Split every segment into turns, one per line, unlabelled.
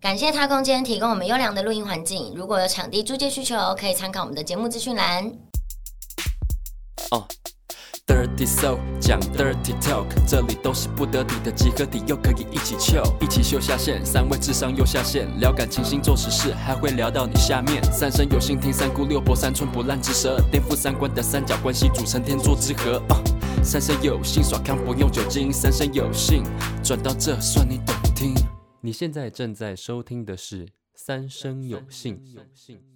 感谢他空间提供我们优良的录音环境。如果有场地租借需求，可以参考我们的节目资讯栏。
Dirty Soul 讲 Dirty Talk，这里都是不得体的集合体，又可以一起 chill，一起秀下限，三位智商又下线，聊感情、星座、时事，还会聊到你下面。三生有幸听三姑六婆，三寸不烂之舌，颠覆三观的三角关系组成天作之合。啊、三生有幸耍康不用酒精，三生有幸转到这算你懂听。你现在正在收听的是《三生有幸》。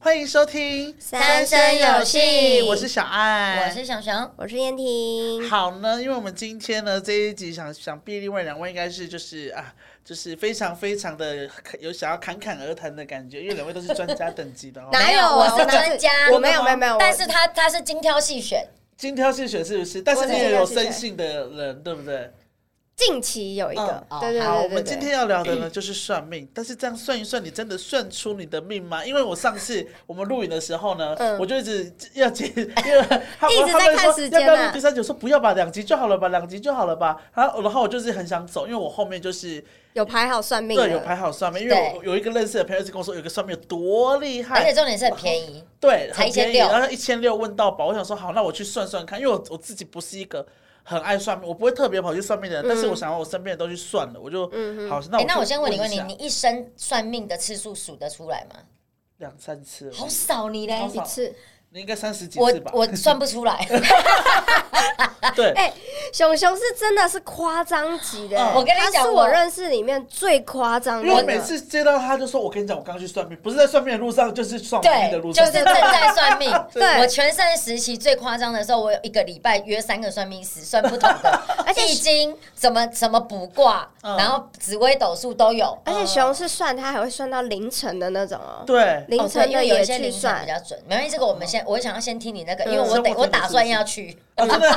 欢迎收听《
三生有幸
我是小
我
爱，
是熊熊，
我是燕婷。
好呢，因为我们今天呢这一集想想必另外两位应该是就是啊，就是非常非常的有想要侃侃而谈的感觉，因为两位都是专家等级 的哦。
哪有
我是
我哪有
专家，
我没有没有没有，
但是他他是精挑细选，
精挑细选是不是？但是
我
你
是
也有
精挑细
深
选
信的人，对不对？
近期有一个
嗯，
对对
好
哦好，
对
我
对
们
对
今
对
天。要聊的呢 就是算命，但是这样算一算，你真的算出你的命吗？因为我上次我们录影的时候呢，
嗯
我就一直要结， 因为他
一直
他
在
们
看
说
时
要
间
不要
啊
录第三集，我说不要吧，两集就好了吧，两集就好了吧。然后然后我就是很想走，因为我后面就是
有排好算命的，啊
对有排好算命，因为我有一个认识的朋友一直跟我说有一个算命有多厉
而且
害，
重点是很便宜。
对，
才
很便宜，
1600
然后一千六问到饱，我想说好，那我去算算看，因为我我自己不是一个。很爱算命，我不会特别跑去算命的人，但是我想要我身边的都去算了，我就、好。那
哎、
我、
那我先问你问
问
题，
一下
你一生算命的次数数得出来吗？
两三次了，
好少你嘞
好，少
一次。
你应该三十几
我
次吧？
我啊算不出来。
对，
哎，熊熊是真的是夸张级的
嗯，
我跟你讲
他是
我
我认识里面最夸张
因为
的。
我每次接到他就说，我跟你讲，我刚去算命，不是在算命的路上，就是算我命的
对，
路
就
上。
是正在算命。
对
我全盛时期最夸张的时候，我有一个礼拜约三个算命师，算不同的，
而且
易经怎么怎么卜卦，
嗯
然后紫微斗数都有。
而且熊是算他还会算到凌晨的那种哦，
对，
凌
哦对
晨
因
的
为有一
也
些
去
凌晨
算
比，较准，没关系。这个我们先，我想要先听你那个，因为
嗯
我
生活
得我
中的
打
数
算
字
要去
啊，真的，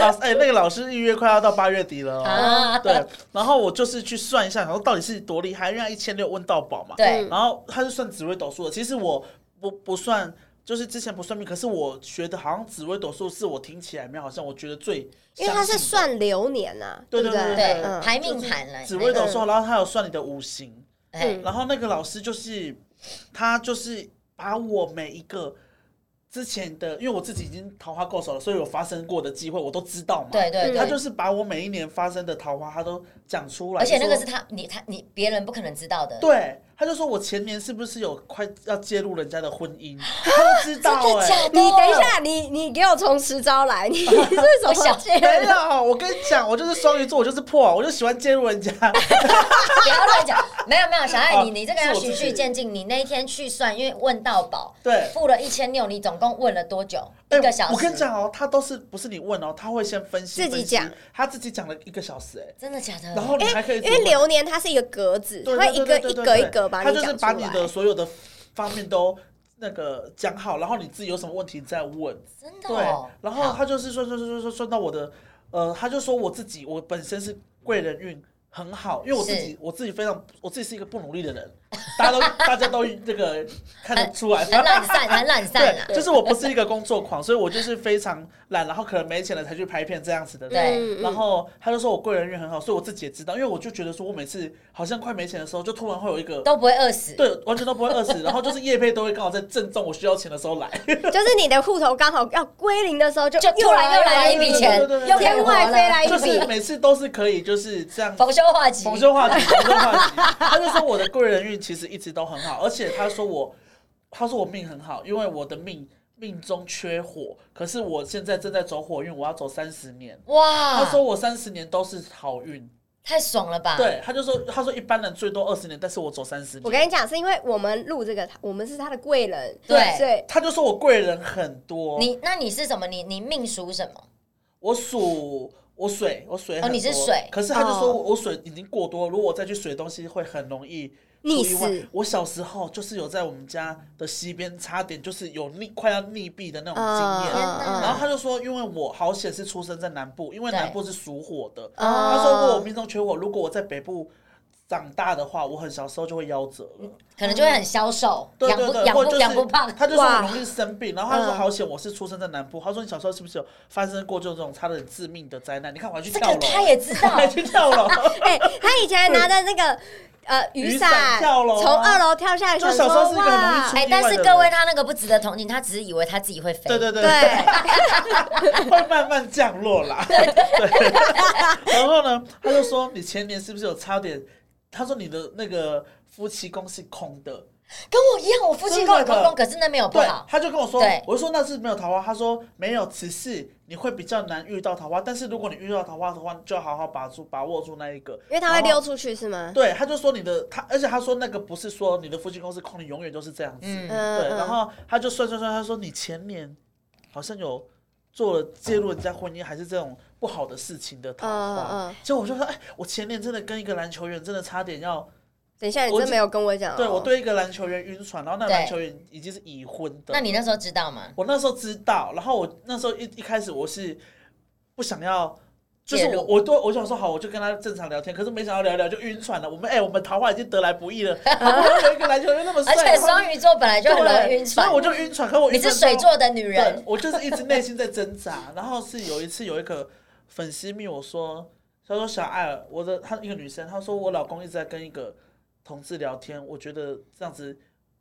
老师，哎，那个老师预约快要到八月底了哦。
啊。
对，然后我就是去算一下，然后到底是多厉害，因为他一千六问到宝嘛。
对
嗯
然后他是算紫微斗数的，其实我不不算，就是之前不算命，可是我学的好像紫微斗数是我听起来面好像我觉得最相信的，
因为他是算流年呐，
对
不
对对
对
嗯
排命盘嗯来，
紫微斗数，然后他有算你的五行，
哎
嗯
然后那个老师就是，他就是把我每一个之前的，因为我自己已经桃花够少了，所以有发生过的机会我都知道嘛。
对对
他
对。
就是把我每一年发生的桃花，他都讲出来。
而且那个
就是
他，你他你别人不可能知道的，
说，对，他就说我前年是不是有快要介入人家的婚 姻，他都知道
真的
哎、
假的？
你等一下，你你给我从实招 来，你是什
我想
么？
没有，我跟你讲，我就是双鱼座，我就是破，我就喜欢介入人家。
不要乱讲，没有没有，小爱
哦
你你这个要
是我自
循
己
序渐进。你那一天去算，因为问到宝，
对
付了一千六，你总共问了多久？
哎
一个小时。
我跟你，讲哦，他都是不是你问哦，他会先分析，
自己
分析
讲，
他自己讲了一个小时、哎，
真的假的？
然后你还可以
因为
怎么
流年它是一个格子，它
对
会
对对
一个
对
一
对
格
对
一格把
他
你
就是
讲出
把你的
来。
所有的方面都那个讲好，然后你自己有什么问题再问。
真的
对
哦。，
然后他就是算算算算算算到我的，呃，他就说我自己我本身是贵人运。很好，因为我自己我自己非常我自己是一个不努力的人，大家 都大家都那个看得出来，
很懒散，很懒散啦。
对，就是我不是一个工作狂，所以我就是非常懒，然后可能没钱了才去拍片这样子的人。
对
嗯嗯
然后他就说我贵人运很好，所以我自己也知道，因为我就觉得说我每次好像快没钱的时候，就突然会有一个
都不会饿死。
对，完全都不会饿死。然后就是叶配都会刚好在正中我需要钱的时候来，
就是你的户头刚好要归零的时候，就
就突然又来了一笔钱
对对对对对
又可以
天
活
外
了
飞来一
就是
笔，
每次都是可以就是这样。
逢修化吉，
逢修话题，逢修话题，他就说我的贵人运其实一直都很好，而且他说我，他说我命很好，因为我的命命中缺火，可是我现在正在走火运，我要走三十年。
哇，
他说我三十年都是好运，
太爽了吧？，
对，他就说他说一般人最多二十年，但是我走三十
我
年。
跟你讲，是因为我们录这个，我们是他的贵人，
对
所以
他就说我贵人很多，
你那你是什么？你你命属什么？
我属我水，我水很多
哦你是水
可是他就
哦
说我我水已经过多，如果我再去水东西会很容易
溺
出意外
死。
我小时候就是有在我们家的西边，差点就是有溺快要溺毙的那种
呃
经验。
嗯嗯
然后他就说，因为我好险是出生在南部，因为
对
南部是属火的。
哦
他说如果我命中缺火，如果我在北部长大的话，我很小时候就会夭折了。
可能就会很消瘦，
嗯对
养
对
不
对，
养
或者
不
就
养不
是
胖，
他就说
哇
我容易生病，然后他说
嗯
好险我是出生在南部，他说你小时候是不是有发生过就这种差点致命的灾难？你看我还去
这
跳
个
楼，
他也知
我
道
还，去 跳楼，
哎、他以前还拿着那个呃雨
雨伞
伞，
跳楼啊
从二楼跳下来，
就
想
小时候是一
说
个很容易
哇
出
哎、
意
但
外
是
的
各
人
位他那个不值得同情，他只是以为他自己会飞。
对对对
对，
会慢慢降落啦。对，然后呢，他就说你前年是不是有差点？他说你的那个夫妻宫是空的，
跟我一样，我夫妻
真
跟
的
我公公，
的
可是那没有不
对
好，。
他就跟我说
对，
我就说那是没有桃花，他说没有，只是你会比较难遇到桃花，但是如果你遇到桃花的话，你就好好把住把握住那一个，
因为他会溜出去是吗？
对，他就说你的他，而且他说那个不是说你的夫妻宫是空，你永远都是这样子。
嗯
嗯
对，
嗯
然后他就算算算，他说你前年好像有做了介入人家婚姻，还是这种不好的事情的桃
嗯
花。
嗯
结果我就说，哎，我前年真的跟一个篮球员真的差点要，
等一下，你
我
真
就
没有跟我讲、哦。
对我对一个篮球员晕船，然后那个
对
篮球员已经是已婚的。
那你那时候知道吗？
我那时候知道，然后我那时候一一开始我是不想要，就是
介入
我我都我想说好，我就跟他正常聊天，可是没想到聊一聊就晕船了。我们哎、我们桃花已经得来不易了， 好不容易有一个篮球员那么 帅，
而且双鱼座本来就很容易
对
晕船，
所以我就晕船。可我
你
晕
是
船
水
之后，
做的女
对
人，，
我就是一直内心在挣扎。然后是有一次有一个粉丝密我说，他说小艾尔，我的她一个女生，她说我老公一直在跟一个同志聊天，我觉得这样子。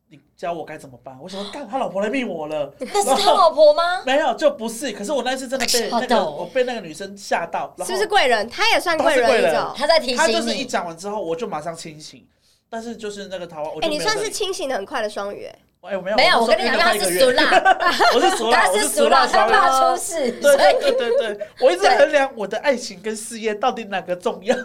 你教我该怎么办？我想说，干他老婆来密我了，
那是
然后
他老婆吗？
没有，就不是。可是我那次真的被
好
那
逗
个，
哦
我被那个女生吓到，然
是
后
不是贵人？他也算贵
他是贵
人一
人
种。
他在提
她就
醒
是一
你，
讲完之后，我就马上清醒。但是就是那个桃花，我就
哎、
没
你
有
算
再
是清醒的很快的双鱼、哎
哎、我没有
没有，我
我
跟你讲，因为他是熟
熟
辣，
我是熟辣，
他
我
是
熟
熟辣，
辣
他
小
辣
怕出事，所
对
以
对对对对，我一直
对
衡量我的爱情跟事业到底哪个重要。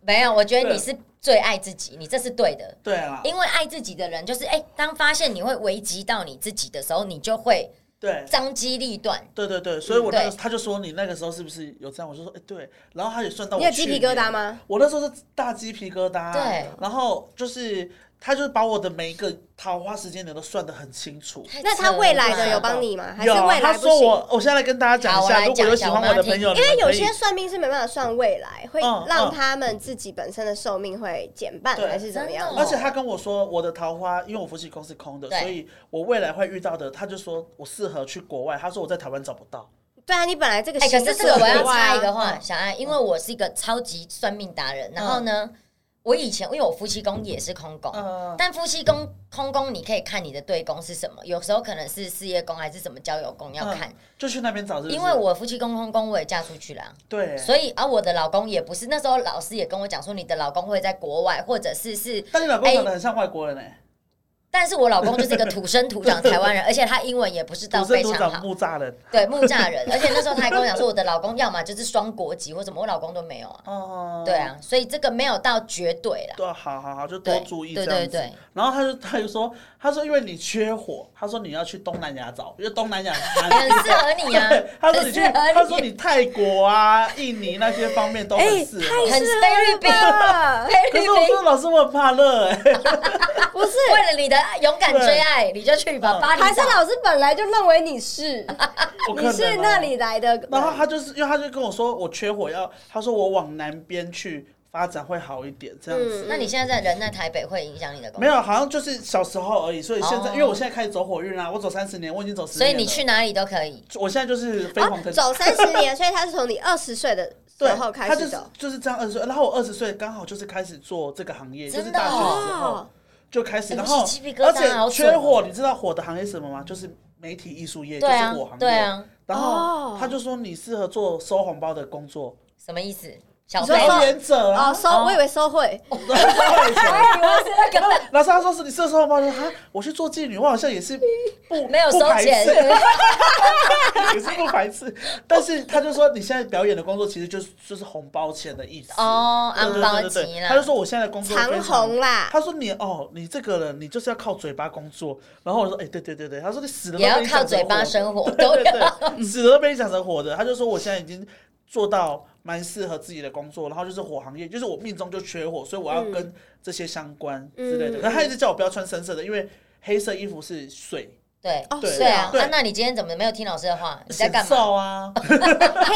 没有。我觉得
对
你是最爱自己，你这是对的，
对啊，
因为爱自己的人就是，哎、当发现你会危及到你自己的时候，你就会
对
张机立断。
对对对，所以我那个
对
他就说你那个时候是不是有这样？我就说哎、对，然后他也算到我
你有鸡
去
皮疙瘩
年
吗？
我那时候是大鸡皮疙瘩，
对
然后就是他就是把我的每一个桃花时间点都算得很清楚。
太
那他
扯
未来
了
的
吧
有帮你吗？还是
有啊，
未
他
来不
说
行？
我，我现在来跟大家讲
好
一
我来
下，如果有喜
讲
欢
讲
我的
我妈
朋友，
听
你
因为
们
有
可以
些算命是没办法算未来，会
嗯
让
嗯
他们自己本身的寿命会减半，
对哦
还是怎么样哦
真？的
而且他跟我说，我的桃花，因为我夫妻宫是空的，
对
所以我未来会遇到的，他就说我适合去国外，他说我在台湾找不到。
对啊，你本来这个
哎、
型
可
就是
这个我
国
要
外啊
插一个话，小爱，因为我是一个超级算命达人，然后呢，
嗯
我以前因为我夫妻宫也是空宫，
嗯，
但夫妻宫空宫你可以看你的对宫是什么，有时候可能是事业宫还是什么交友宫
嗯
要看，
就去那边找是不是，
因为我夫妻宫空宫我也嫁出去了啊、
对，
所以啊，我的老公也不是那时候老师也跟我讲说，你的老公会在国外，或者是是，
但你老公
哎
长得很像外国人哎，
但是我老公就是一个土生土长台湾 人，而且他英文也不是到
土生
非
土
常
长
好，
木栅人。
对木栅人，而且那时候他还跟我讲说，我的老公要么就是双国籍或什么，我老公都没有啊，
哦，
对，啊，所以这个没有到绝对啦，
对，啊好好好，就多
对
注意这
对
样子。
对对，
然后他就 他就说，他说因为你缺火，他说你要去东南亚找，因为东 南亚
很适合你啊
对， 他说你去，
很适合你
他说 你泰国啊、印尼那些方面都
哎
哎
很适合。
很
是
菲律宾，
吧
菲
可
律
是我
宾
说老师我很怕热哎、
不 是，
为了你的勇敢追爱，你就去吧，
嗯
巴黎岛
还是老师本来就认为你是，
我可能
你
哦
是那里来的。
然后他就是因为他就跟我说我缺火药，他说我往南边去发展会好一点这样子。
嗯
那你现在在人在台北会影响你的工
没
作，
有，好像就是小时候而已，所以现在、
哦
因为我现在开始走火运啦、我走三十年，我已经走十
所
年
以
了。
你去哪里都可以。
我现在就是飞黄
哦，
腾
走三十年，所以他是从你二十岁的时
对，
候开
他就
始
是
走。
就是这样二十岁，然后我二十岁刚好就是开始做这个行业，就
真
是
的
大学
哦
的时候，就开始，
哎
然
我
后
起鸡皮疙瘩
而
好
且
准
缺
哦
火，你知道火的行业是什么吗？就是媒体艺术业，就
对
是
啊
火行，业。
对啊，
然后
哦
他就说你适合做收红包的工作，
什么意思？小
你
飞
说，
表演者啊
哦，，收，
哦
我以为收贿，
然后表演者
以为是那个
然后他说是你射手吗？我说哈，我去做妓女，我好像也是 不
没有收
不排斥
钱
也是不排斥。但是他就说你现在表演的工作其实就是就是红包钱的意思。
哦，
对
安
对
包
对对
级
对
啦。
他就说我现在的工作非
长
常
虹啦。
他说你哦，你这个人你就是要靠嘴巴工作。然后我说哎、对对对对，他说你死了
也
都
要
被你
靠
讲成
嘴巴
活的
生活，都
对对
要。
对，死了都被你讲成活的。他就说我现在已经做到蛮适合自己的工作，然后就是火行业，就是我命中就缺火，所以我
嗯
要跟这些相关之类的。
嗯
然后他一直叫我不要穿深色的，因为黑色衣服是水，
对
哦，
对
是
对啊
啊，
对
啊那你今天怎么没有听老师的话？你在
显
干嘛？
瘦啊。
黑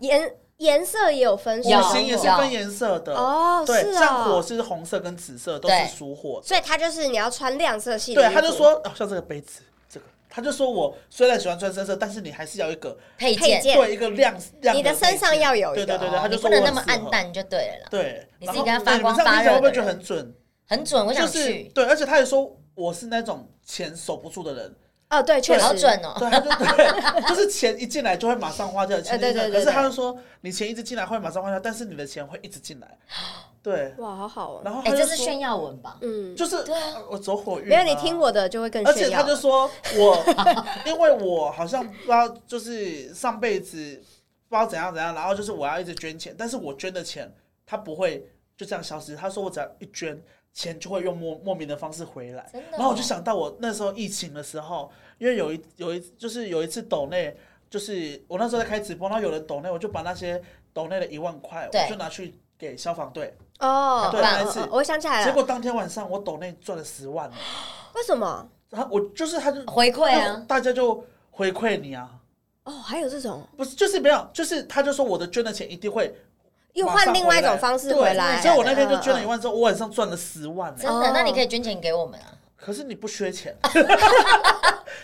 颜颜色也有分数
有
火
吗，
星也是
有啊
分颜色的
哦
对，
是哦
像火是红色跟紫色都是
对
属火的。
所以他就是你要穿亮色系的衣
对，
服。
他就说哦，像这个杯子，这个，他就说我虽然喜欢穿深色，但是你还是要一个
配
配
件，
件
对一个亮亮
你的身上要有一
对
个
对对对，他
哦你
就
不
说
能那
我很
么
适
暗
合。
淡就对了啦，
对，
你
然
自己
后
跟他发
对
光
你这样
发
听起来
热
会不会
的
觉得
人
很准？
很准，我
就
想
是
去，
对，而且他也说我是那种钱守不住的人，
哦，对，确
好
实
准哦，
对，他就 对，就是钱一进来就会马上花掉，
呃
钱一进来
对对对对
可是他就说你钱一直进来会马上花掉，但是你的钱会一直 进来，对，
哇，好好哦。
然后
哎，
他
这
就是说
炫耀文吧？
嗯，
就是
对啊
呃我走火运啊，
没有你听我的就会更
而且
炫
他
耀
就。说我， 因为我好像不知道，就是上辈子不知道怎样怎样，然后就是我要一直捐钱，但是我捐的钱他不会就这样消失。他说我只要一捐，钱就会用莫莫名的方式回来。
真的哦
然后我就想到我那时候疫情的时候，因为有一有一就是有一次抖内，就是我那时候在开直播，然后有人抖内，我就把那些抖内的一万块，
对
我就拿去给消防队。
哦，
对
嗯
那一
嗯
次
嗯我想起
哎
来
结
了，
果当天晚上我抖内赚了十万了，
为什么？
然后我就是他就
回馈啊，
大家就回馈你啊。
哦，还有这种
不是，就是没有，就是他就说我的捐的钱一定会，
又换另外一种方式回来，嗯
对
所以我那天就捐了一
万。
万之后，我晚上赚了十万呢、
真的，
哦
那你可以捐钱给我们啊，
可是你不缺钱，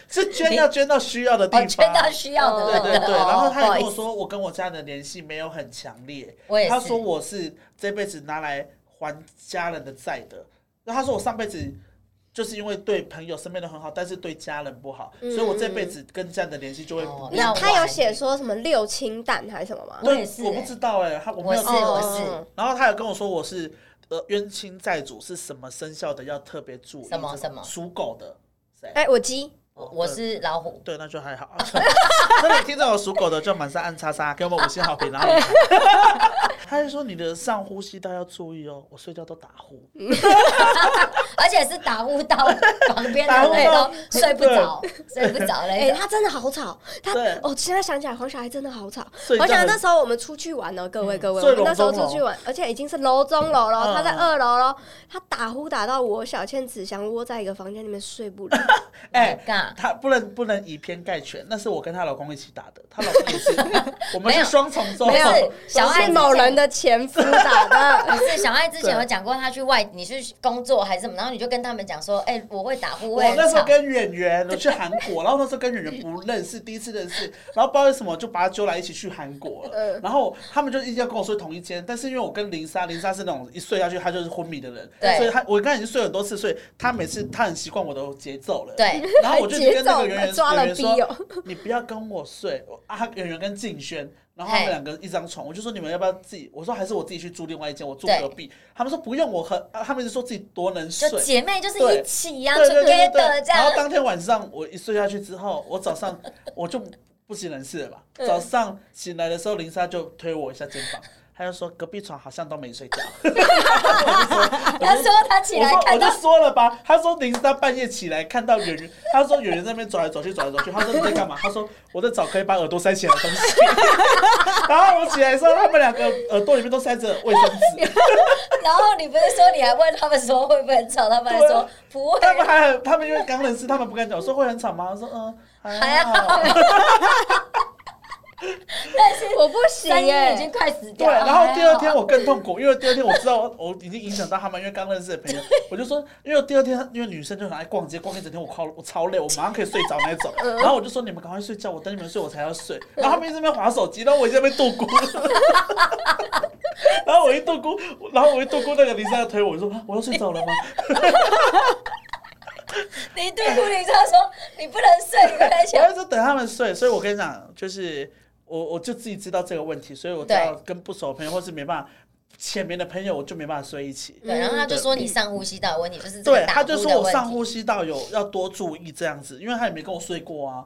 是捐要捐到需要的地
哦，
方。
捐到需要
对
的，
对对，
哦
然后他也
不好
跟
意
我
思
说，我跟我家人的联系没有很强烈。
我也
他
是
说，我是这辈子拿来还家人的债的。然后他说我上辈子就是因为对朋友身边的很好，但是对家人不好，
嗯
所以我这辈子跟家人的联系就会
哦
那
那我
他有
还
写说什么六清淡还是什么吗？
我
对
也是
我
欸
不知道哎、他我没
我
有
是
听过
我
嗯
是
然后他有跟我说我是呃冤亲债主是什么生肖的，要特别注意。
什么
这
什么
属狗的谁？
哎，我鸡，
我我是老虎，
对，那就还好。 真的听到有属狗的就满山按叉叉，给我们五星好评。然后 他就说你的上呼吸道要注意哦，我睡觉都打呼，
嗯而且是打呼 到旁边
打
的
呼
人
到
都睡不着，睡不着
哎，
嘞。
他真的好吵，他
对
哦，现在想起来黄小孩真的好吵。
睡觉
我
很
想那时候我们出去玩哦，各位各位，
睡
我们那时候
笼中哦
出去玩，而且已经是楼中楼了，
嗯
他在二楼了，他打呼打到我小倩子想窝在一个房间里面睡 不了。
哎
，Oh My。God，
他不能不能以偏概全，那是我跟她老公一起打的，她老公 也是，我们
没有
是双重奏。
没有小爱
是某人的前夫打 的。
不是小爱之前
对
有讲过，她去外你去工作还是什么，然后你就跟他们讲说，哎，我会打呼，
我
会
那
很
时候
吵。
跟演员，我去韩国，然后那时候跟演员不认识，第一次认识，然后不知道为什么就把他揪来一起去韩国了。
嗯
然后他们就一直要跟我睡同一间，但是因为我跟林莎，林莎是那种一睡下去她就是昏迷的人，
对
所以她我刚才已经睡很多次，所以她每次她很习惯我的节奏了。。
对，
然后我就一直跟那个演
节
员
奏抓
演
了
员
逼
说
哦：“
你不要跟我睡。”啊，他演员跟静轩，然后他们
嘿
两个一张床，我就说你们要不要自己？我说还是我自己去住另外一间，我住
对
隔壁。他们说不用，我和啊他们就说自己多能睡
就。姐妹就是
对
一起呀
对对对
，together
对
这
然后
样。
当天晚上我一睡下去之后，我早上 我就不省人事了吧？
嗯
早上醒来的时候，林莎就推我一下肩膀，她就说隔壁床好像都 没睡觉。
她说她起
我
来
说我
看
就
到
说了吧，她说林莎半夜起来看到圆圆， 她说圆圆在那边走来走去走来走去，她说你在干嘛？她说我在找可以把耳朵塞起来 的东西。然后我起来的时候，他们两个耳朵里面都塞着卫生 纸，
然后你不是说你还问他们说会不会很吵，他们还
对
说
啊
不会
他们还很，他们因为刚认识，他们不敢讲，我说会很吵吗？我说嗯还
还
好。
我不行
三
哎、
音已经快死
对，
掉了。
然后第二
还
天
好
我更痛苦，因为第二天我知道 我已经影响到他们，因为刚认识的朋友，我就说，因为第二天因为女生就很爱逛街，逛一整天我靠我超累，我马上可以睡着那种，然后我就说你们赶快睡觉，我等你们睡我才要睡，然后他们一直在那边划手机，然后我一直在那边度孤，然后我一度孤，然后我一度孤，那个林珊就推我，我说啊我要睡着了吗？
你对顾林超说你不能睡，你不能
我
想
要。是等他们睡，所以我跟你讲，就是我我就自己知道这个问题，所以我只要跟不熟的朋友或是没办法浅眠的朋友，我就没办法睡一起。
对，然后他就说你上呼吸道有问题，就是这
对，
个
他
打
就
呼
说
的
我上
问题。
呼吸道有要多注意这样子，因为他也没跟我睡过啊。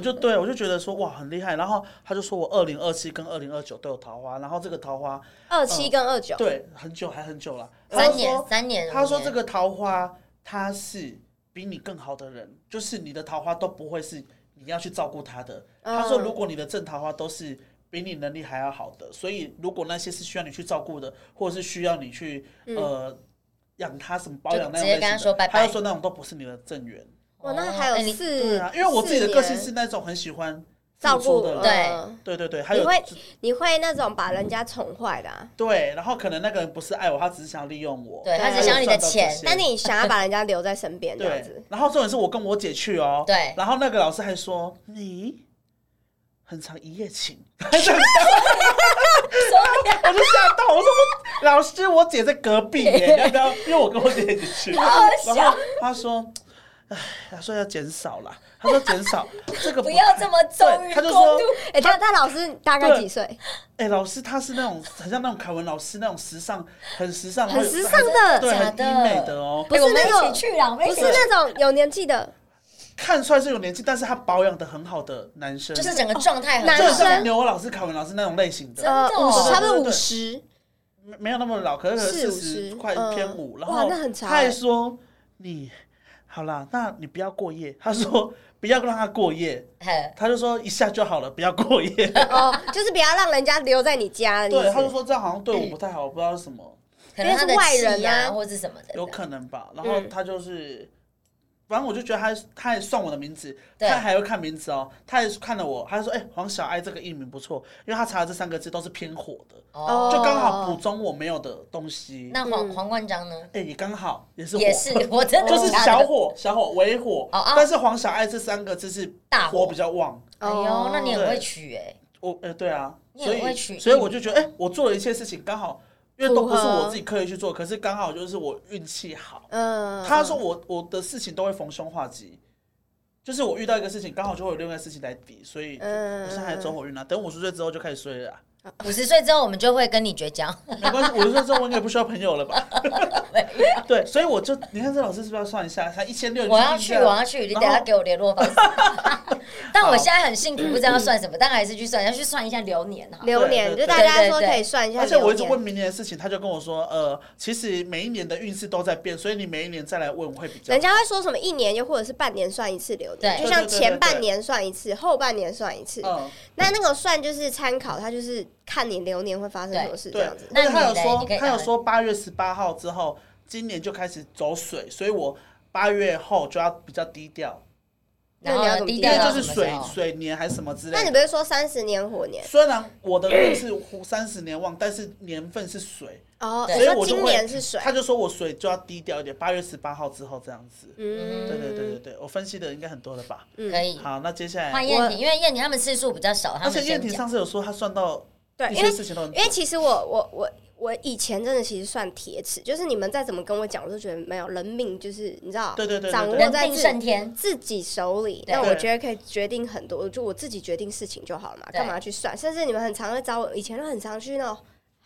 对，
就对我就觉得说哇很厉害，然后他就说我二零二七跟二零二九都有桃花，然后这个桃花
二七跟二九、
嗯对很久还很久了，然
三
后
年
说，
三年。
他说
五年
这个桃花他是比你更好的人，就是你的桃花都不会是你要去照顾他的。
嗯
他说如果你的正桃花都是比你能力还要好的，所以如果那些是需要你去照顾的，或者是需要你去呃养他什么保养那
嗯就直
种
接
类型的
跟他说拜拜
他就说那种都不是你的正缘。啊
哇，那
哎
还有
你
四、
对啊，因为我自己的个性
四
是
年
那种很喜欢
照
付
顾
出的人
呃
对对对，还
你
有
会你会那种把人家宠坏的、啊，
对，然后可能那个人不是爱我，他只是想要利用我，
对他
只
有
想要你的
赚到这
钱
些
但你想要把人家留在身边这样
对
子，。
然后重点是我跟我姐去哦，
对
然后那个老师还说你很长一夜情， 还想我就吓到，我说我老师，我姐在隔壁耶，你要不要？因为我跟我姐一起去，然后她说，哎，她说要减少啦，她说减少这个
不要这么忠
对
于
她就
公
说
路，
哎、他他老师大概几岁？
哎、老师他是那种很像那种凯文老师那种时尚，很时尚，
很
会
时尚的
对，
假
很
的
医美的哦。
不是
哎我们
那种
一起去啦，我们
不
一起
是
去
那种有年纪的
看出来是有年纪，但是他保养的很好的男生，
就是整个状态很
男
哎就
好
很像
生
牛老师、凯文老师那种类型的，
呃
真的
五
哦
十，差
对
不多
对对
五十，
没没有那么老，可是
四
四
五
十
十
快
嗯
偏五。然
哇
后
那很长
他还
欸
说你好啦，那你不要过夜。他说不要让他过夜，
很
他就说一下就好了，不要过 夜。
哦，就是不要让人家留在你家的意思。
对，他就说这样好像对
嗯
我不太好，不知道什么，
可能他的
因为是外
气
人
啊，
啊
或是什么的，
有可能吧。然后
嗯
他就是，反正我就觉得他他还算我的名字，
对
他还会看名字哦，他也看了我，他就说哎、黄小爱这个艺名不错，因为他查的这三个字都是偏火的，
哦。
就刚好补中我没有的东西。
那黄
嗯
黄冠章呢？
哎、也刚好也是火
也是， 我真的
就是
假的
小。火、小火、微火，
哦哦
但是黄小爱这三个字是
大火
火比较旺。
哎呦，那你很
对
哦
会取哎，
我呃，对啊，
你
所
很会
以
取
所以我就觉得，哎、我做了一切事情刚好，因为都不是我自己刻意去做，可是刚好就是我运气好。
嗯，
他说我我的事情都会逢凶化吉，就是我遇到一个事情，刚好就会有另外一个事情来抵，所以就
嗯
我现在还走火运啊。等五十岁之后就开始衰了、 啊，
五十岁之后我们就会跟你绝 交。
没关系，五十岁之后我应该不需要朋友了吧？ 对，所以我就你看这老师是不是要算一下，才一千六，
我要去，我要去，你等下
然后
给我联络方式。
哦
但我现在很幸福，不知道要算什么，但还是去算，要去算一下流年啊哈。
流嗯年，
对对对
就大家
对对
说
对
可以算一下
而且
流年。
我一直问明年的事情，他就跟我说，呃，其实每一年的运势都在变，所以你每一年再来问会比较
人。家会说什么一年又或者是半年算一次流年，
对
就
对
像
对对对
前半年算一次，后半年算一次。
嗯，
那那个算就是参考，它就是看你流年会发生什么事这
对
样子。。
那
而且他有
你嘞
说
你可以，
他
打
有
完
说八月十八号之后，今年就开始走水，所以我八月后就要比较低调，
然后
那你要
呢
怎么
低
因
调
为
到
就
什么哦时
是水
候？
水年还是什么之
那
类
你
的。
不是说三十年火年
虽然我的运是三十年旺，但是年份是水，
哦？
对
你
所以
说
我就
今
会
年是水，
他就说我水就要低调一点，八月十八号之后这样子。
嗯，
对对对对对，我分析的应该很多了吧？
嗯
可以
好，那接下来
换燕婷，因为燕婷他们次数比较少，他
而
们
且燕
先
婷
讲。
上次有说她算到
对，
一
因
些
为
事情都很
因为其实我我我我以前真的其实算铁齿，就是你们再怎么跟我讲，我都觉得没有人命，就是你知道，
对对对对
掌握
人
在
定
自
胜天，
自己手里，
对
那我觉得可以决定很多，就我自己决定事情就好了嘛，
对
干嘛去算？甚至你们很常会找我，以前都很常去那种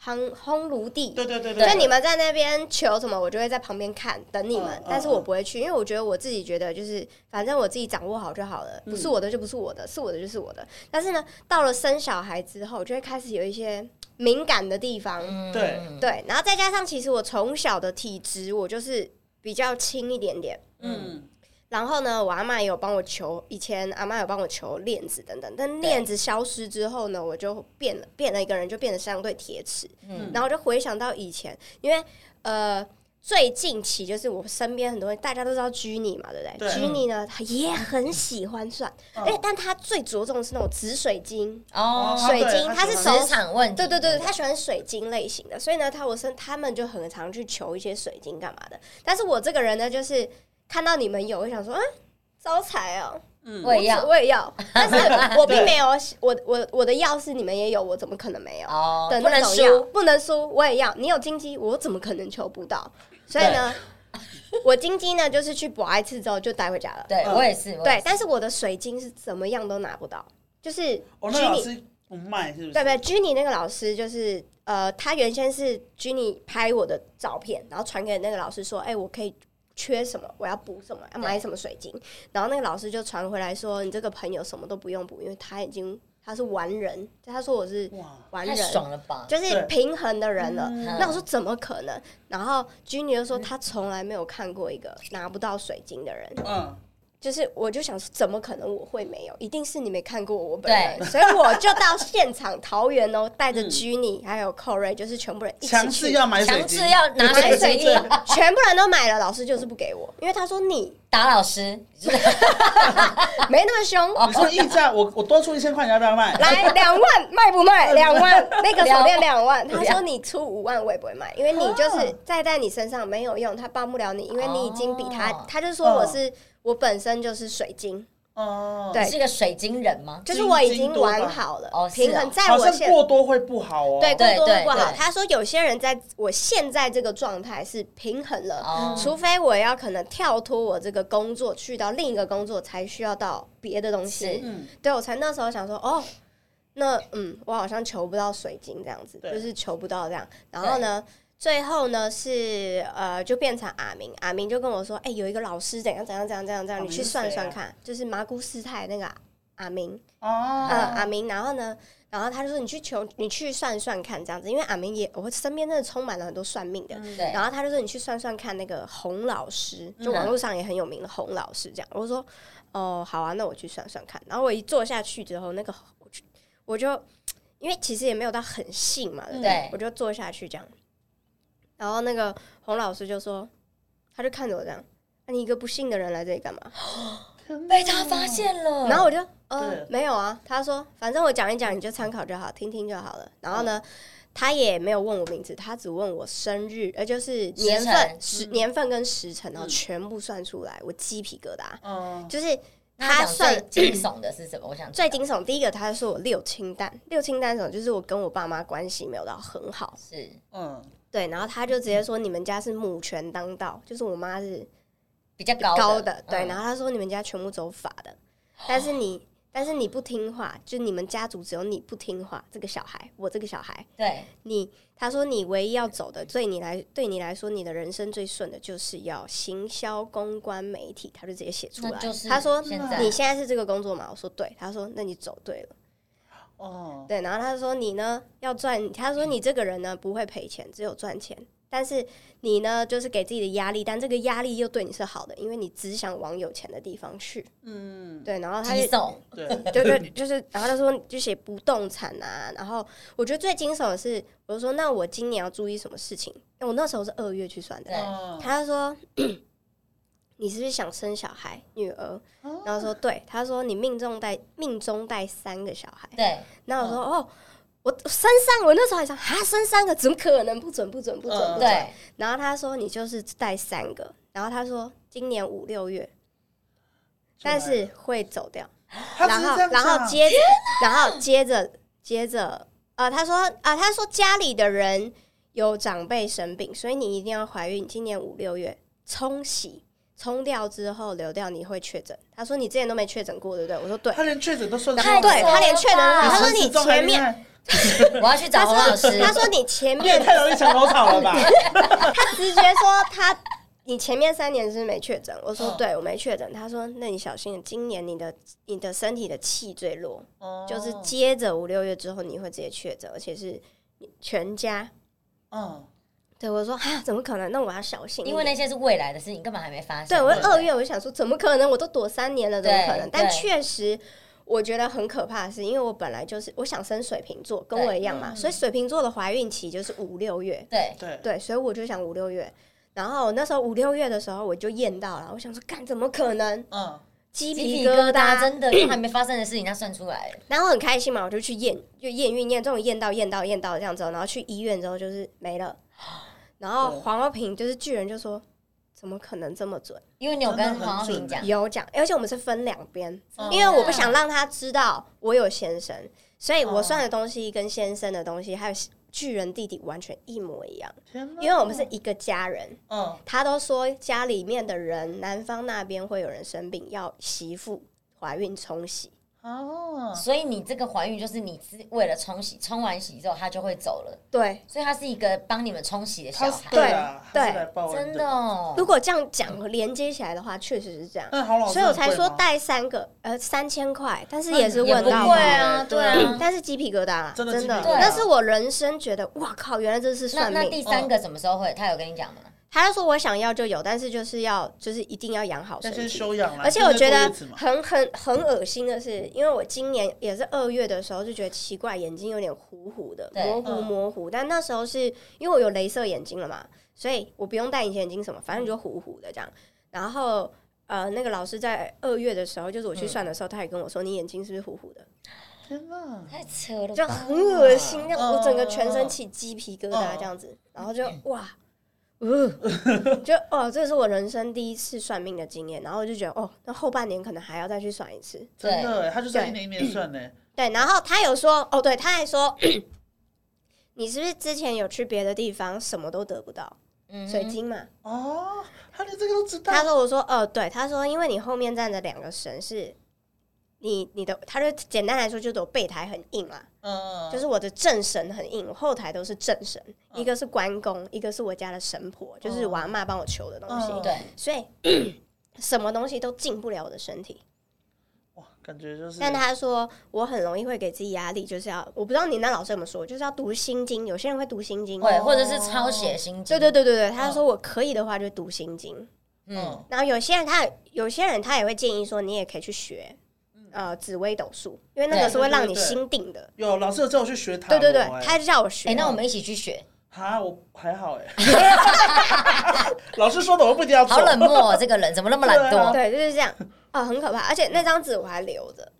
烘烘炉地。
对对对
对
就
对，
你们在那边求什么，我就会在旁边看等你们，
嗯嗯
但是我不会去，因为我觉得我自己觉得就是，反正我自己掌握好就好了，不是我的就不是我的，是我的就是我的。但是呢，到了生小孩之后，就会开始有一些嘖敏感的地方，
嗯
对
对，然后再加上其实我从小的体质，我就是比较轻一点点，
嗯，
然后呢，我阿妈有帮我求，以前阿妈有帮我求链子等等，但链子消失之后呢，我就变了，变了一个人，就变得相对铁齿。
嗯
然后我就回想到以前，因为呃，最近期就是我身边很多人，大家都知道 Jenny 嘛，对不对
对
j e n n y 呢，她也很喜欢算，
嗯
哎、但她最着重的是那种紫水晶，
哦，
啊对
水晶，
她
她是
喜
手
欢
职场问题，
对对
嗯
对，他喜欢水晶类型的，所以呢，他我身他们就很常去求一些水晶干嘛的。但是我这个人呢，就是看到你们有，我想说，啊，招财哦，
我也
我
要
我也 要。但是我
对
并没有，我我我的钥匙你们也有，我怎么可能没有？
哦，
的
不
那
能
种要
输，
不能输，我也要。你有金鸡，我怎么可能求不到？所以呢， 我金鸡呢，就是去博一次之后就带回家了。
对
嗯
我也是，我也
对，但是我的水晶是怎么样都拿不到，就是
哦，那
Ginny-
老师不卖是不是？
对不对？Jenny 那个老师就是呃，他原先是 Jenny 拍我的照片，然后传给那个老师说，哎、我可以缺什么，我要补什么，要买什么水晶。然后那个老师就传回来说，你这个朋友什么都不用补，因为他已经他是完人，就他说我是
哇，
完
太
人，
爽了吧？
就是
啊对
平衡的人了。
嗯
那我说怎么可能？
嗯
然后 Jenny 就说他从来没有看过一个拿不到水晶的人。
嗯，
就是我就想说，怎么可能我会没有？一定是你没看过我本人， 所以我就到现场桃园 哦，带着 Jenny 还有 Corey，就是全部人一起
嗯强制
去，
要买水
强
晶
制， 要拿
买
水
水
晶啊
晶，全部人都买了，老师就是不给我，因为他说你
打老师，
没那么凶，
你说溢价，我我多出一千块，你要不要卖？
来两万卖不 卖？两万那个手链两万，啊他说你出五万我也不会卖，因为你就是再在你身上没有用，他帮不了你，因为你已经比他
哦，
他就说我是我本身就是水晶，
哦，
对
你是一个水晶人吗？
就是我已
金
经
多吧
玩好了
哦，是哦
平衡在
好
我
像
现
过多会不好哦。
啊对过
对
多
对
会不好。
对
他说有些人在我现在这个状态是平衡了，
哦，
除非我要可能跳脱我这个工作，去到另一个工作，才需要到别的东
是
西。
嗯，
对我才那时候想说，哦，那嗯，我好像求不到水晶这样子，
对
就是求不到这样。然后呢，最后呢是呃，就变成阿明，阿明就跟我说，哎、有一个老师怎样怎样怎样怎样怎
阿
样，
明
你去
是
算
谁
算
啊
看，就是麻姑师太那个阿明，嗯，
哦，
阿明。然后呢，然后他就说你去求，你去算算看这样子，因为阿明也我身边真的充满了很多算命的，
对，
然后他就说你去算算看那个洪老师，就网络上也很有名的洪老师这样。我就说哦，好啊，那我去算算看。然后我一坐下去之后，那个我就我就因为其实也没有到很信嘛，对不对？
对
嗯我就坐下去这样。然后那个洪老师就说，他就看着我这样，那、你一个不信的人来这里干嘛？
被他发现了，
然后我就
对
呃没有啊，他说反正我讲一讲你就参考就好，听听就好了。然后呢，他也没有问我名字，他只问我生日，呃就是年份
时辰
时年份跟时辰，然后
嗯
全部算出来，我鸡皮疙瘩。
嗯，
就是
那他
他
讲最惊
算
悚的是什么？我想知道
最惊悚，第一个他说我六清淡，六清淡什么？就是我跟我爸妈关系没有到很好，
是
嗯，
对。然后他就直接说你们家是母权当道，就是我妈是
比较高
高的，对。
嗯
然后他说你们家全部走法的，但是你但是你不听话，就你们家族只有你不听话，这个小孩，我这个小孩，
对，
你他说你唯一要走的，对你来对你来说，你的人生最顺的就是要行销、公关、媒体，他就直接写出
那
来。
就是
他说
现在
你现在是这个工作嘛？我说对，他说那你走对了，
哦，
对。然后他说你呢要赚，他说你这个人呢不会赔钱，只有赚钱。但是你呢，就是给自己的压力，但这个压力又对你是好的，因为你只想往有钱的地方去。
嗯，
对，然后他就
惊悚
对，
对对，就是，然后他说就写不动产啊，然后我觉得最惊悚的是，我就说那我今年要注意什么事情？我那时候是二月去算的，
对
嗯
他就说 你是不是想生小孩女儿？
哦
然后说对，他说你命中带命中带三个小孩，
对，
然后我说
嗯
哦。我我生三，我那时候还想啊，生三个怎么可能不准不准不准
嗯
不准？
对，
然后他说你就是带三个，然后他说今年五六月，但是会走掉。
他只
然
是
后
这样啊
然后
讲
接着，然后接着接着，呃，他说啊、呃他说家里的人有长辈生病，所以你一定要怀孕，今年五六月冲洗。冲掉之后流掉，你会确诊。他说你之前都没确诊过，对不对？我说对，
他连确诊都算啊
太
出
多
来
对
了
他连确诊都没
吧
有。他说
陈
你
时中还
前
厉
面，
害
我要去找洪老师。
嗯他说你前
你也
面，
太容易墙头草 了吧？
他直接说他你前面三年是没确诊。我说
嗯
对，我没确诊。他说那你小心，今年你的你的身体的气最弱，
哦
就是接着五六月之后你会直接确诊，而且是全家。
嗯，
对我说啊，怎么可能？那我要小心一点，
因为那些是未来的事情，根本还没发生。
对我
不
二月我就想说，怎么可能？我都躲三年了，怎么可
对
能？但
对
确实。我觉得很可怕的是，因为我本来就是我想生水瓶座，跟我一样嘛，
嗯
所以水瓶座的怀孕期就是五六月，
对，
对，
对，所以我就想五六月。然后那时候五六月的时候我就验到了，我想说，干怎么可能？
嗯，
鸡
鸡
皮
皮
疙
疙
瘩
瘩，真的，因为还没发生的事情，他算出来了，
然后很开心嘛，我就去验，就验孕验，终于验到验到验到这样子哦，然后去医院之后就是没了。然后
对
黄浩平就是巨人就说：“怎么可能这么准
因为你有
真的
跟
很
黄浩平
准
讲，
有讲，而且我们是分两边，
嗯
因为我不想让他知道我有先生，所以我算的东西跟先生的东西还有巨人弟弟完全一模一样，
天哪
因为我们是一个家人。
嗯
他都说家里面的人，男方那边会有人生病，要媳妇怀孕冲洗。
哦，
所以你这个怀孕就是你是为了冲洗，冲完洗之后他就会走了，
对，
所以他是一个帮你们冲洗的小
他是
孩，
对啊，
对
他是来报恩
真的。哦
如。果这样讲连接起来的话，确实是这样。
那好老师，
所以我才说带三个，呃，三千块，但是也是
也
问
不
到
贵
我，
啊，对
嗯
啊。
但是鸡皮疙瘩啊，
真
真
的
的，
鸡皮疙瘩
对啊
那是我人生觉得，哇靠，原来这是
那
算
那
命
第。三个什么时候会？他有跟你讲吗？
他就说我想要就有，但是就是要就是一定要养好身
但先
体。
修养啦。啊
而且我觉
就是
得
过日子嘛
很很很恶心的是，因为我今年也是二月的时候就觉得奇怪，眼睛有点糊糊的，
对
模糊
嗯
模糊。但那时候是因为我有镭射眼睛了嘛，所以我不用戴隐形眼镜什么，反正就糊糊的这样。然后呃，那个老师在二月的时候，就是我去算的时候，他也跟我说你眼睛是不是糊糊的，
天哪，
太扯了吧，
就很恶心，让
嗯
我整个全身起鸡皮疙瘩这样子，然后就哇，呃， 就哦，这是我人生第一次算命的经验，然后我就觉得哦，那后半年可能还要再去算一次。
真的欸，他就是一年一年算呢。
对，然后他有说哦，对，他还说 你是不是之前有去别的地方什么都得不到
嗯
水晶嘛？
哦，他连这个都知道。
他说我说哦，对，他说因为你后面站着两个神是。你你的，他就简单来说，就是我备胎很硬啊，
嗯，
就是我的正神很硬，我后台都是正神，
嗯
一个是关公，一个是我家的神婆，就是我阿妈帮我求的东西，
嗯
对，
所以什么东西都进不了我的身体。
哇，感觉
嗯
就是。
但他说我很容易会给自己压力，就是要我不知道你那老师有没有说，就是要读心经，有些人会读心经，
哦
会或者是嗯抄写心经，
对对对对对，他说我可以的话就读心经，
哦
嗯，
然后有些人他有些人他也会建议说你也可以去学。呃，紫微斗数，因为那个
嗯对
是会
对对
让你
对
心定的。
有老师有叫我去学塔
对
罗欸。
对对，他就叫我学。
哎，那我们一起去学，
哈，我还好哎。 老师说的，我不一定要做。
好冷漠哦，这个人怎么那么懒
对啊
惰？
对，就是这样啊、很可怕。而且那张纸我还留着，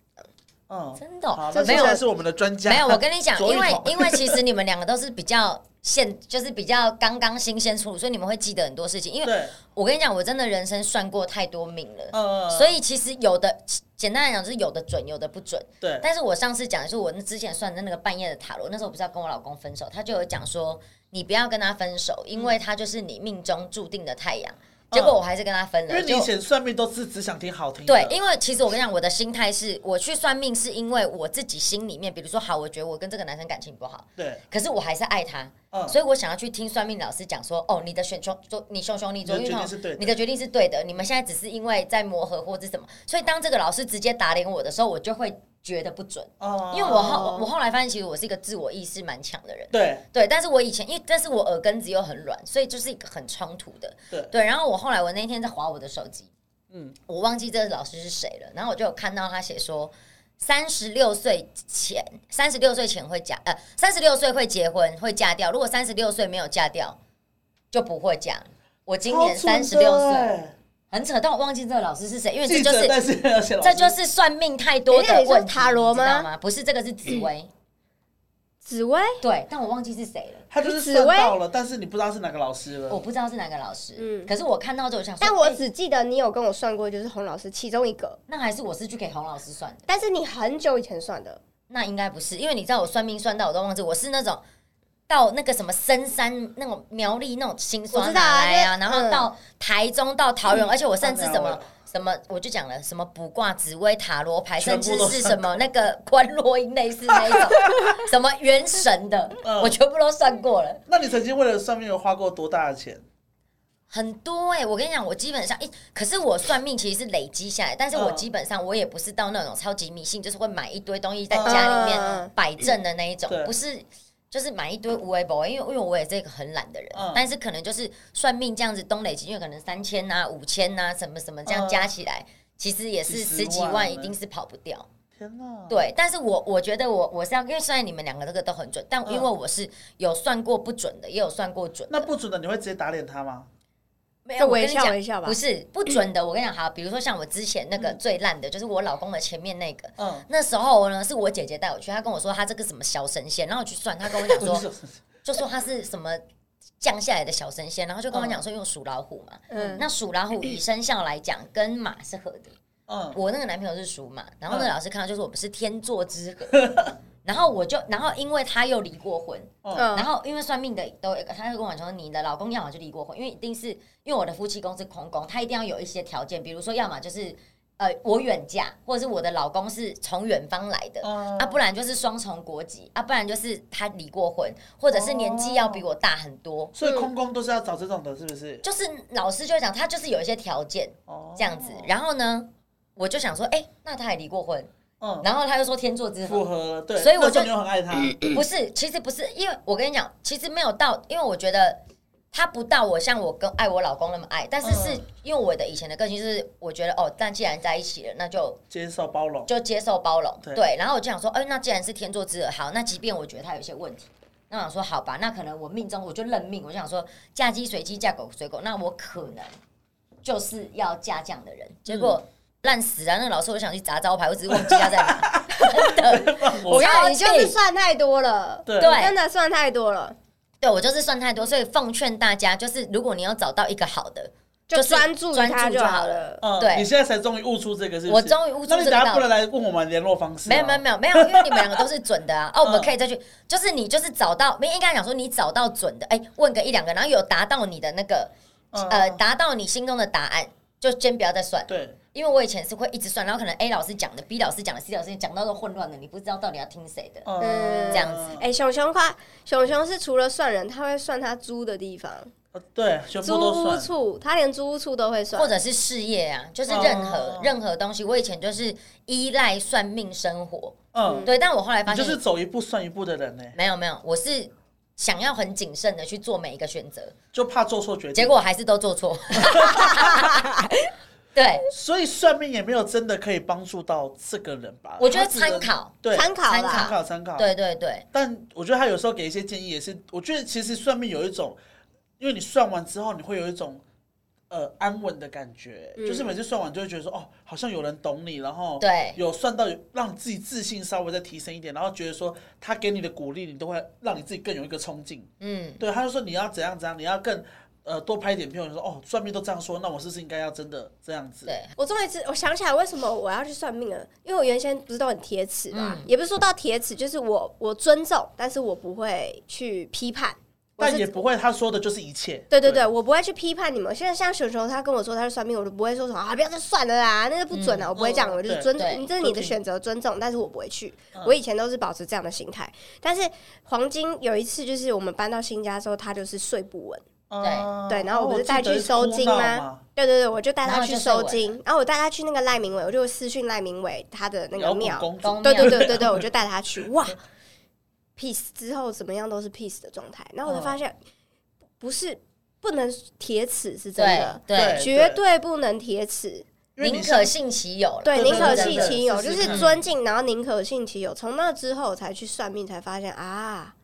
嗯，
真的哦
好，那
没有
现在是我们的专家。
没哎有，我跟你讲，
卓玉
因为
彤
因为其实你们两个都是比较现，就是比较刚刚新鲜出炉，所以你们会记得很多事情。因为
对，
我跟你讲，我真的人生算过太多命了，
嗯，
所
以
以其实有的简单来讲就是有的准，有的不准。
对，
但是我上次讲的是我那之前算的那个半夜的塔罗，那时候不是要跟我老公分手，他就有讲说你不要跟他分手，因
嗯
为他就是你命中注定的太阳。结果我还是跟他分
因
了，
为你
就
以前算命都是只想听好听的。
对，因为其实我跟你讲，我的心态是，我去算命是因为我自己心里面，比如说，好，我觉得我跟这个男生感情不好，
对，
可是我还是爱他，
嗯，
所以我想要去听算命老师讲说，哦，你的选兄，就你兄兄，你左
你
运
的决定
动
是对的，
你的决定是对的，你们现在只是因为在磨合或者什么，所以当这个老师直接打脸我的时候，我就会觉得不准，
哦，
因为我后我后来发现，其实我是一个自我意识蛮强的人。
对
对，但是我以前因为，但是我耳根子又很软，所以就是一个很冲突的。
对
对，然后我后来我那天在划我的手机，
嗯
嗯，我忘记这个老师是谁了，然后我就有看到他写说，三十六岁前，三十六岁前会嫁，呃，三十六岁会结婚会嫁掉，如果三十六岁没有嫁掉，就不会嫁。我今年
超准
三十六
的
岁，
欸
很扯，但我忘记这个老师是谁，因为这
记
就
者，
是
但是 而且老
这
师
就是算命太多
等一下
的
你说
问题，
塔罗
你知道
吗
吗？不是，这个是紫 薇，
紫薇，
对，但我忘记是谁了。
他就是
紫
算
薇
到了，但是你不知道是哪个老师了。
我不知道是哪个老师，
嗯
可是我看到就想说，
但我
哎
只记得你有跟我算过，就是洪老师其中一个，
那还是我是去给洪老师算的，
但是你很久以前算的，
那应该不是，因为你知道我算命算到我都忘记，我是那种到那个什么深山那种苗栗那种新
我
刷
知道啊
拿来啊，
那
然后到台中到桃
嗯
园，而且我甚至
太
什
妙
么
了。
什么我就讲了，什么卜卦、紫薇、塔罗牌，
全
甚
部
至
都
是
算
什么那个观落音类似那一 种，什么元神的，
嗯
我全部都算过了。
那你曾经为了算命有花过多大的钱？
很多哎、我跟你讲，我基本上一，可是我算命其实是累积下来，但是我
嗯
基本上我也不是到那种超级迷信，就是会买一堆东西在家里面
嗯
摆正的那一种
对，
不是就是买一堆无为博，因为因为我也是一个很懒的人
嗯，
但是可能就是算命这样子东累积，因为可能三千呐、五千呐、什么什么这样
嗯
加起来，其实也是
几十
十几
万啊嗯
万，
呢
一定是跑不掉。
天哪！，
对，但是我我觉得我我是要，因为虽然你们两个这个都很准，但
嗯
因为我是有算过不准的，也有算过准的。
那不准的你会直接打脸他吗？
没
就
我跟
微
你
笑
讲
微笑吧嗯
不是不准的。我跟你讲，好，比如说像我之前那个最烂的，就是我老公的前面那个。
嗯，
那时候呢，是我姐姐带我去，她跟我说她这个什么小神仙，然后我去算，她跟我
嗯
讲说，就说她是什么降下来的小神仙，然后就跟我讲说，因为我属老虎嘛，
嗯，
那属老虎以生肖来讲跟马是合的，
嗯，
我那个男朋友是属马，然后那
嗯
个老师看到就说我们是天作之合，然后我就，然后因为他又离过婚，
嗯
然后因为算命的都有一个，他就跟我说，你的老公要么就离过婚，因为一定是因为我的夫妻宫是空宫，他一定要有一些条件，比如说要么就是呃我远嫁，或者是我的老公是从远方来的。
嗯
啊，不然就是双重国籍，啊，不然就是他离过婚，或者是年纪要比我大很多，
所以空宫都是要找这种的，是不是？
嗯就是老师就会讲他就是有一些条件
哦，
这样子。然后呢，我就想说，哎、那他也离过婚，
嗯，
然后他又说天作之合
符，合了，对。
所以我
那时
就嗯
候你又很爱他，
不是，其实不是，因为我跟你讲，其实没有到，因为我觉得他不到我像我跟爱我老公那么爱，但是是因为我的以前的个性就是我觉得哦，但既然在一起了，那就
接受包容，
就接受包容，
对
对。然后我就想说，哎、那既然是天作之合，好，那即便我觉得他有一些问题，那我想说，好吧，那可能我命中我就认命，我就想说，嫁鸡随鸡，嫁狗随狗，那我可能就是要嫁这样的人。结果烂死啊！那个老师，我想去砸招牌，我只是忘记他在哪。真的，
让
不
我
我
要
看你就
气
是算太多了，
对
对
真的算太多了，
对我就是算太多，所以奉劝大家，就是如果你要找到一个好的，
就是专注于
专
他
注
就
就
好
好
了。
嗯
对
你现在才终于悟出这个，是不是？
我终于悟出
那
这
你
个
等下
道
不
理
能来问我们联络方式啊？
没有没有没有没有，因为你们两个都是准的 啊。哦，我们
嗯
可以再去，就是你就是找到，没应该讲说你找到准的，哎、问个一两个，然后有达到你的那个
嗯，
呃，
嗯
达到你心中的答案，就先不要再算，
对，
因为我以前是会一直算，然后可能 A 老师讲的，B 老师讲的，C 老师讲到都混乱了，你不知道到底要听谁的。
嗯
这
样子
哎、熊熊夸熊熊是除了算人，他会算他租的地方，
呃对，全部
租
都
屋
算，
处，他连租屋处都会算
或。者是事业啊，就是任何、
哦
任何东西，我以前就是依赖算命生活，
嗯，
对，但我后来发
你就
现
是走一步算一步的人呢，
没有没有，我是想要很谨慎的去做每一个选择，
就怕做错决定。
结果还是都做错。 对，
所以算命也没有真的可以帮助到这个人吧？
我觉得
他只能
参考
对，
参考啦
参考参考。，
对对对，
但我觉得他有时候给一些建议也是，我觉得其实算命有一种，因为你算完之后你会有一种呃安稳的感觉，
嗯
就是每次算完就会觉得说哦，好像有人懂你，然后
对
有算到有让自己自信稍微再提升一点，然后觉得说他给你的鼓励，你都会让你自己更有一个冲劲。
嗯，
对，他就说你要怎样怎样，你要更呃多拍一点片。我就说哦，算命都这样说，那我是不是应该要真的这样子？
对，
我终于知，我想起来为什么我要去算命了，因为我原先不是都很铁齿嘛，
嗯
也不是说到铁齿，就是我我尊重，但是我不会去批判，我
但也
是。
不会他说的就是一切。
对对对，我不会去批判你们。现在像熊熊他跟我说他是算命，我就不会说什么啊，不要再算了啦，那个不准啊，我不会这样，
嗯
我就是
对
尊
对嗯
重，这是你的选择，尊重，但是我不会去。我以前都是保持这样的心态，但是黄金有一次就是我们搬到新家之后，他就是睡不稳，
啊
对然后我不是带去
记得
收
哭
金
闹
吗
嘛
对对对，我就带
然
他
后
去
就
收
睡稳
金，然后我带他去那个赖明伟，我就私讯赖明伟他的那
摇
个
滚
庙，
公主
公
对对
庙
对对对，我就带他去，哇，peace 之后怎么样都是 peace 的状态，然后我就发现不是不能铁齿是真
对
的，
对，
绝对不能铁齿，
因为
宁
你
可
像
信其有啦，
对，
对
宁
对
可
对
信
对
其有，
试
就
试
是
看
尊敬，然后宁可信其有。从那之后我才去算命，才发现啊，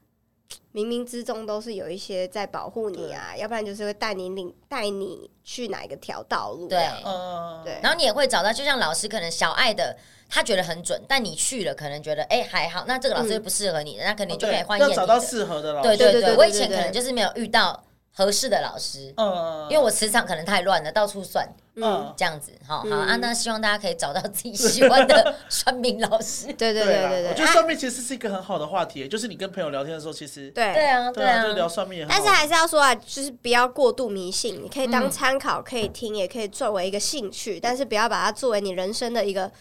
冥冥之中都是有一些在保护你啊，要不然就是会带你领带你去哪一个条道路啊这
对
样。
嗯，
对
然后你也会找到，就像老师可能小爱的，他觉得很准，但你去了可能觉得哎、还好，那这个老师就不适合你的，那可能
哦
你就可以
对
换一
要
个
找
你
到
的
适合的老
对
师。
对
对对
对，
对
我以前
对
可能就是没有遇到合适的老师，
嗯，
因为我磁场可能太乱了，到处算
嗯
这样子。好好
嗯
啊，那希望大家可以找到自己喜欢 的算命老师。
对对
啦
对对
我觉
对
得
啊，
算命其实是一个很好的话题，就是你跟朋友聊天的时候，其实
对
对。
啊，
哎对
啊
就，聊算命也很
但
好。
是还是要说啊，就是不要过度迷信，你可以当
嗯
参考，可以听，也可以作为一个兴趣，但是不要把它作为你人生的一个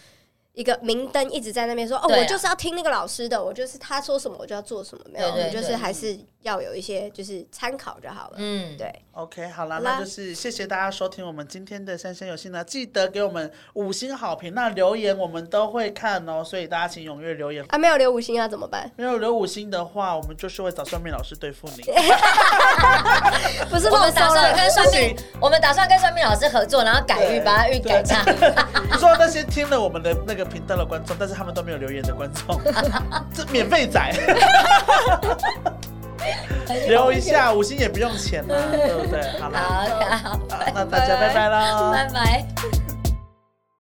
一个明灯，一直在那边说哦，
对啊
我就是要听那个老师的，我就是他说什么我就要做什么，没有，
对对
我们就
对
是还是要有一些就是参考就好了。
嗯，
对
OK，好啦，
好啦
那就是谢谢大家收听我们今天的三生有幸呢，记得给我们五星好评，那留言我们都会看哦，所以大家请踊跃留言。
啊，没有留五星要怎么办？
嗯
没有留五星的话，我们就是会找算命老师对付 你。
不是
我
漏
们
收
打算
了，
跟算命，我们打算跟算命老师合作，然后改
对
运，把它运改差。
你说那些听了我们的那个频道的观众，但是他们都没有留言的观 众，这免费 仔留一啊下，五星也不用钱啦，对不对？好啦，
好，好，
好那大家拜拜啦，
拜拜。